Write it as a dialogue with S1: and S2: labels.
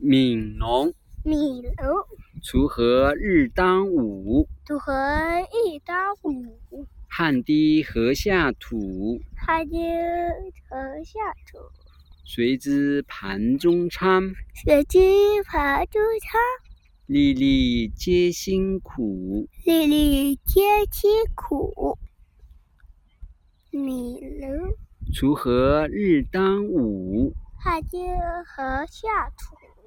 S1: 悯农，
S2: 米楼
S1: 锄禾日当午，
S2: 组合一刀五，
S1: 汗滴禾下土。
S2: 拍丁和下土，
S1: 谁知盘中餐，
S2: 雪鸡爬猪叉，
S1: 粒粒皆辛苦。
S2: 粒粒皆其苦。米楼
S1: 锄禾日当午，
S2: 拍丁和下土，